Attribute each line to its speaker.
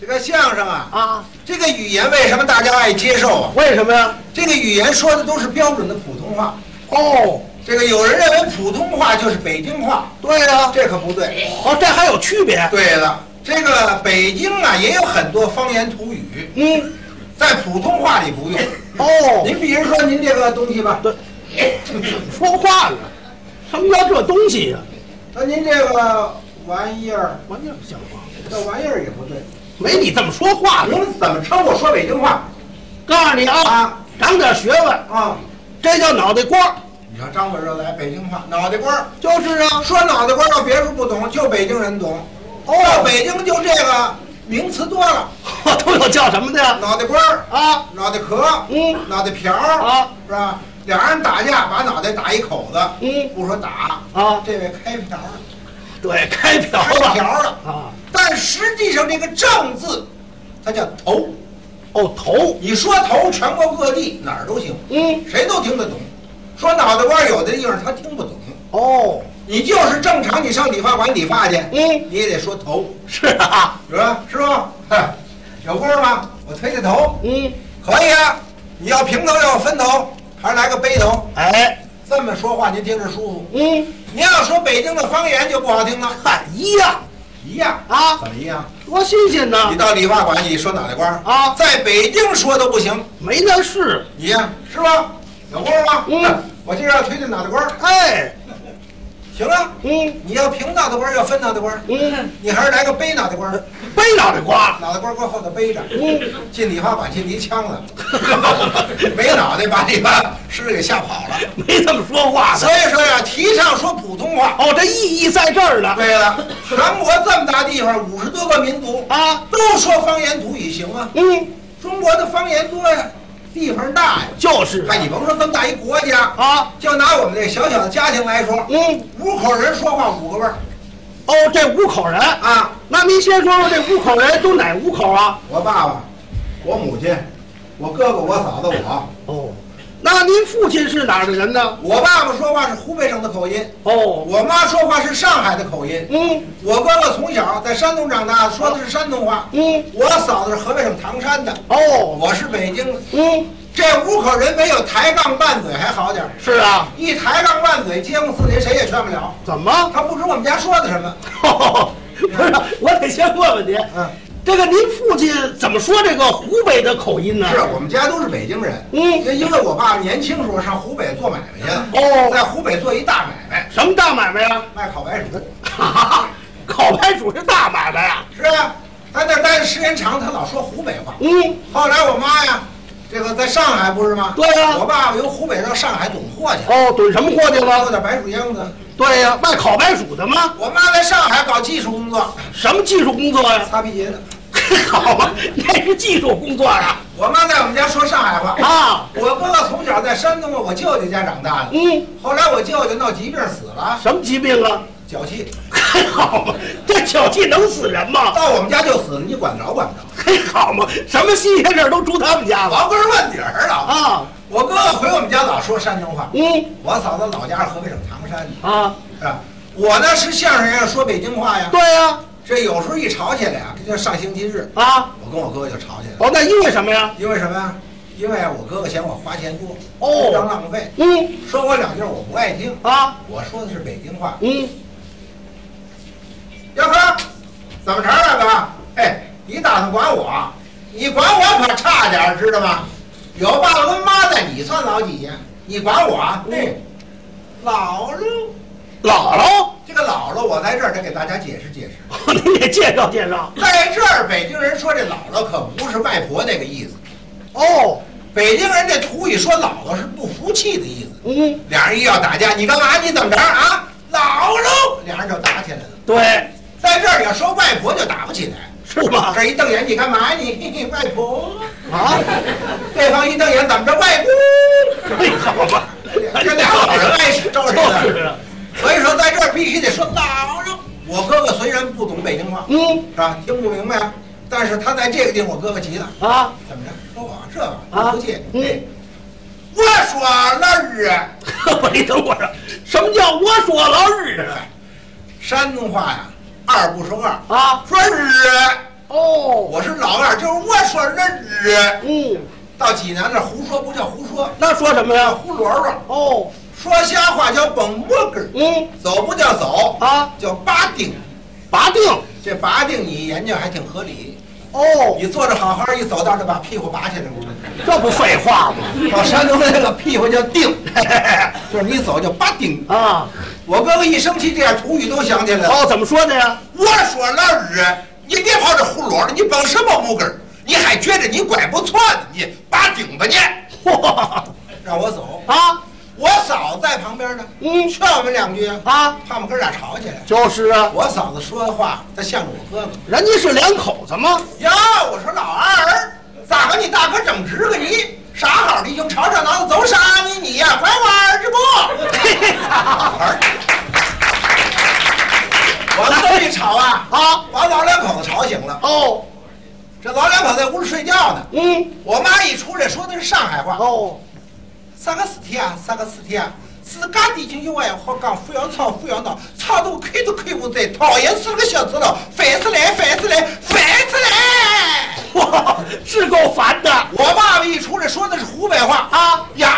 Speaker 1: 这个相声啊，
Speaker 2: 啊？
Speaker 1: 这个语言为什么大家爱接受啊？
Speaker 2: 为什么呀？
Speaker 1: 这个语言说的都是标准的普通话。
Speaker 2: 哦，
Speaker 1: 这个有人认为普通话就是北京话，
Speaker 2: 对啊呀、
Speaker 1: 这可不对。
Speaker 2: 哦，这还有区别。
Speaker 1: 对了，这个北京啊也有很多方言土语，
Speaker 2: 嗯，
Speaker 1: 在普通话里不用。
Speaker 2: 哦，
Speaker 1: 您比如说您这个东西吧，
Speaker 2: 说话呢？什么叫这东西呀、
Speaker 1: 那您这个玩意儿，
Speaker 2: 玩意儿像话吗？
Speaker 1: 这玩意儿也不对。
Speaker 2: 没你这么说话的。
Speaker 1: 您怎么称我说北京话
Speaker 2: 告诉你啊，
Speaker 1: 啊？
Speaker 2: 长点学问，
Speaker 1: 啊，
Speaker 2: 这叫脑袋瓜。
Speaker 1: 你看张文这来北京话，脑袋瓜儿。
Speaker 2: 就是啊，
Speaker 1: 说脑袋瓜到别处不懂，就北京人懂。
Speaker 2: 哦
Speaker 1: 到北京就这个名词多了，
Speaker 2: 都有叫什么的呀？
Speaker 1: 脑袋瓜儿、
Speaker 2: 啊，
Speaker 1: 脑袋壳、
Speaker 2: 嗯
Speaker 1: 脑袋瓢
Speaker 2: 啊
Speaker 1: 啊，是吧？俩人打架把脑袋打一口子，
Speaker 2: 嗯
Speaker 1: 不说打，
Speaker 2: 啊，
Speaker 1: 这位开瓢了，
Speaker 2: 对，开瓢
Speaker 1: 开
Speaker 2: 了
Speaker 1: 瓢了。
Speaker 2: 啊。
Speaker 1: 但实际上这个正字，它叫头。
Speaker 2: 哦，头，
Speaker 1: 你说头，全国各地哪儿都行，
Speaker 2: 嗯，
Speaker 1: 谁都听得懂。说脑袋瓜儿有的地方他听不懂，
Speaker 2: 哦，
Speaker 1: 你就是正常，你上理发馆理发去，
Speaker 2: 嗯，
Speaker 1: 你也得说头。
Speaker 2: 是啊，
Speaker 1: 是吧？师傅，哼有功夫吗？我推推头，
Speaker 2: 嗯，
Speaker 1: 可以啊。你要平头，要分头，还是来个背头？
Speaker 2: 哎，
Speaker 1: 这么说话您听着舒服。
Speaker 2: 嗯，
Speaker 1: 您要说北京的方言就不好听了，
Speaker 2: 嗨，一样
Speaker 1: 一样
Speaker 2: 啊，
Speaker 1: 怎么一样？
Speaker 2: 多新鲜呢！
Speaker 1: 你到理发馆你说脑袋瓜儿
Speaker 2: 啊
Speaker 1: 在北京说都不行。
Speaker 2: 没那事，
Speaker 1: 你呀，师傅，有功夫吗？
Speaker 2: 嗯
Speaker 1: 哼，我今儿要推推脑袋瓜儿。
Speaker 2: 哎，
Speaker 1: 行啊，
Speaker 2: 嗯
Speaker 1: 你要平脑袋瓜儿，要分脑袋瓜儿，
Speaker 2: 嗯，
Speaker 1: 你还是来个背脑袋瓜儿，
Speaker 2: 背脑袋瓜，
Speaker 1: 脑袋瓜儿搁后头背着。
Speaker 2: 嗯，
Speaker 1: 进理发馆去泥腔了， 没脑袋把理发师给吓跑了。
Speaker 2: 没这么说话的。
Speaker 1: 所以说呀、提倡说普通话。
Speaker 2: 哦，这意义在这儿呢。
Speaker 1: 对了，全国这么大地方，五十多个民族
Speaker 2: 啊，
Speaker 1: 都说方言土语行啊。
Speaker 2: 嗯，
Speaker 1: 中国的方言多呀，地方大呀。
Speaker 2: 就是
Speaker 1: 哎，你甭说这么大一国家，
Speaker 2: 啊，
Speaker 1: 就拿我们这小小的家庭来说，
Speaker 2: 嗯，
Speaker 1: 五口人说话五个味儿
Speaker 2: 哦，这五口人，
Speaker 1: 啊。
Speaker 2: 那您先说说这五口人都哪五口啊？
Speaker 1: 我爸爸，我母亲，我哥哥，我嫂子，我。
Speaker 2: 哦，那您父亲是哪儿的人呢？
Speaker 1: 我爸爸说话是湖北省的口音，
Speaker 2: 哦，
Speaker 1: 我妈说话是上海的口音，
Speaker 2: 嗯
Speaker 1: 我哥哥从小在山东长大，说的是山东话。
Speaker 2: 嗯，
Speaker 1: 我嫂子是河北省唐山的，
Speaker 2: 哦，
Speaker 1: 我是北京的。
Speaker 2: 嗯，
Speaker 1: 这五口人没有抬杠拌嘴还好点儿，
Speaker 2: 是啊，
Speaker 1: 一抬杠拌嘴，街坊四邻谁也劝不了。
Speaker 2: 怎么？
Speaker 1: 他不知我们家说的什么。
Speaker 2: 不是，我得先问问您，
Speaker 1: 嗯，
Speaker 2: 这个您父亲怎么说这个湖北的口音呢？
Speaker 1: 是我们家都是北京人。
Speaker 2: 嗯，
Speaker 1: 因为我爸年轻时候上湖北做买卖去了，
Speaker 2: 哦，
Speaker 1: 在湖北做一大买卖，
Speaker 2: 什么大买卖啊 呀、
Speaker 1: 卖烤白薯。
Speaker 2: 哈哈，烤白薯是大买卖啊！
Speaker 1: 是啊，在那儿待的时间长，他老说湖北话。
Speaker 2: 嗯，
Speaker 1: 后来我妈呀，这个在上海不是吗？
Speaker 2: 对呀
Speaker 1: 我爸爸由湖北到上海懂货去，
Speaker 2: 哦，怼什么货去
Speaker 1: 捞
Speaker 2: 了？
Speaker 1: 点白薯秧子。
Speaker 2: 对呀、卖烤白薯的吗？
Speaker 1: 我妈在上海搞技术工作，
Speaker 2: 什么技术工作呀、
Speaker 1: 擦皮鞋的。
Speaker 2: 好吧，那是技术工作啊！
Speaker 1: 我妈在我们家说上海话。
Speaker 2: 啊，
Speaker 1: 我哥哥从小在山东啊我舅舅家长大的，
Speaker 2: 嗯，
Speaker 1: 后来我舅舅闹疾病死了，
Speaker 2: 什么疾病啊？
Speaker 1: 脚气，
Speaker 2: 好嘛，这脚气能死人吗？
Speaker 1: 到我们家就死了，你管着管不着？
Speaker 2: 嘿，好嘛，什么新鲜事儿都住他们家了
Speaker 1: 刨根问底儿了。
Speaker 2: 啊！
Speaker 1: 我哥哥回我们家老说山东话，
Speaker 2: 嗯
Speaker 1: 我嫂子老家是河北省唐山的。
Speaker 2: 啊，
Speaker 1: 是吧？我呢是相声人，说北京话呀。
Speaker 2: 对呀、
Speaker 1: 这有时候一吵起来啊，这就上星期日，
Speaker 2: 啊，
Speaker 1: 我跟我哥哥就吵起来了。
Speaker 2: 哦，那因为什么呀？
Speaker 1: 因为什么呀？因为我哥哥嫌我花钱多，
Speaker 2: 哦
Speaker 1: 非常浪费，
Speaker 2: 嗯
Speaker 1: 说我两句我不爱听。
Speaker 2: 啊，
Speaker 1: 我说的是北京话。
Speaker 2: 嗯，
Speaker 1: 哟呵，怎么着大哥？哎，你打算管我？你管我可差点儿，知道吗？有爸爸跟妈在，你算老几呀？你管我？哎，姥姥，
Speaker 2: 姥姥，
Speaker 1: 这个姥姥，我在这儿得给大家解释解释。
Speaker 2: 您给介绍介绍。
Speaker 1: 在这儿，北京人说这姥姥可不是外婆那个意思，
Speaker 2: 哦，
Speaker 1: 北京人这土语说姥姥是不服气的意思。
Speaker 2: 嗯，
Speaker 1: 俩人一要打架，你干嘛？你怎么着啊？姥姥，俩人就打起来了。
Speaker 2: 对，
Speaker 1: 在这儿要说外婆就打不起来，
Speaker 2: 是吗？
Speaker 1: 这一瞪眼，你干嘛你？ 嘿嘿外婆，
Speaker 2: 啊，
Speaker 1: 对方一瞪眼，怎么着？外婆，
Speaker 2: 嘿，好吧，
Speaker 1: 这俩老人爱招谁
Speaker 2: 就
Speaker 1: 呢？
Speaker 2: 是，
Speaker 1: 所以说，在这儿必须得说姥姥。我哥哥虽然不懂北京话，
Speaker 2: 嗯
Speaker 1: 是吧？听不明白啊，但是他在这个地方，我哥哥急了。
Speaker 2: 啊，
Speaker 1: 怎么着？说我这个
Speaker 2: 啊
Speaker 1: 不介
Speaker 2: 嗯
Speaker 1: 哎我说老日，
Speaker 2: 我你等会儿，什么叫我说老日
Speaker 1: 山东话呀，二不说二，
Speaker 2: 啊？
Speaker 1: 说日，
Speaker 2: 哦哦，
Speaker 1: 我是老二，就是我说那日
Speaker 2: 嗯，
Speaker 1: 到济南这胡说不叫胡说，
Speaker 2: 那说什么
Speaker 1: 叫
Speaker 2: 呀？
Speaker 1: 胡萝卜。
Speaker 2: 哦，
Speaker 1: 说瞎话叫蹦摸根儿，
Speaker 2: 嗯
Speaker 1: 走不叫走，
Speaker 2: 啊，
Speaker 1: 叫拔腚。
Speaker 2: 拔腚。
Speaker 1: 这拔腚你研究还挺合理，
Speaker 2: 哦，
Speaker 1: 你坐着好好一走道就把屁股拔起来了。
Speaker 2: 这不废话吗？
Speaker 1: 到山东那个屁股叫腚， 就是你走叫拔腚。
Speaker 2: 啊，
Speaker 1: 我哥哥一生气，这点土语都想起来了。
Speaker 2: 哦，怎么说的呀？
Speaker 1: 我说老日，你别跑这胡萝卜，你蹦什么木根儿？你还觉着你拐不错呢？你拔腚吧你！
Speaker 2: 嚯
Speaker 1: 让我走，
Speaker 2: 啊，
Speaker 1: 我嫂子在旁边呢，
Speaker 2: 嗯
Speaker 1: 劝我们两句啊，
Speaker 2: 啊，
Speaker 1: 怕我们哥俩吵起来。
Speaker 2: 就是啊，
Speaker 1: 我嫂子说的话，她向着我哥哥。
Speaker 2: 人家是两口子吗？
Speaker 1: 哟，我说老二儿，咋个你大哥整直个你？啥好弟兄，吵吵闹闹走啥你你呀、管我儿 子不？儿子，我们这么一吵啊，
Speaker 2: 啊，
Speaker 1: 把老两口子吵醒了。
Speaker 2: 哦，
Speaker 1: 这老两口子在屋里睡觉呢。
Speaker 2: 嗯，
Speaker 1: 我妈一出来说的是上海话，
Speaker 2: 哦，
Speaker 1: 三个四天啊，三个四天啊，自家弟兄有爱好讲，非啊要吵，非要闹，吵得我气都气不得，讨厌死了个小知道，烦死来，烦死来，烦死来！
Speaker 2: 嚯，是够烦的。
Speaker 1: 我爸爸一出来说的是湖北话啊，牙啊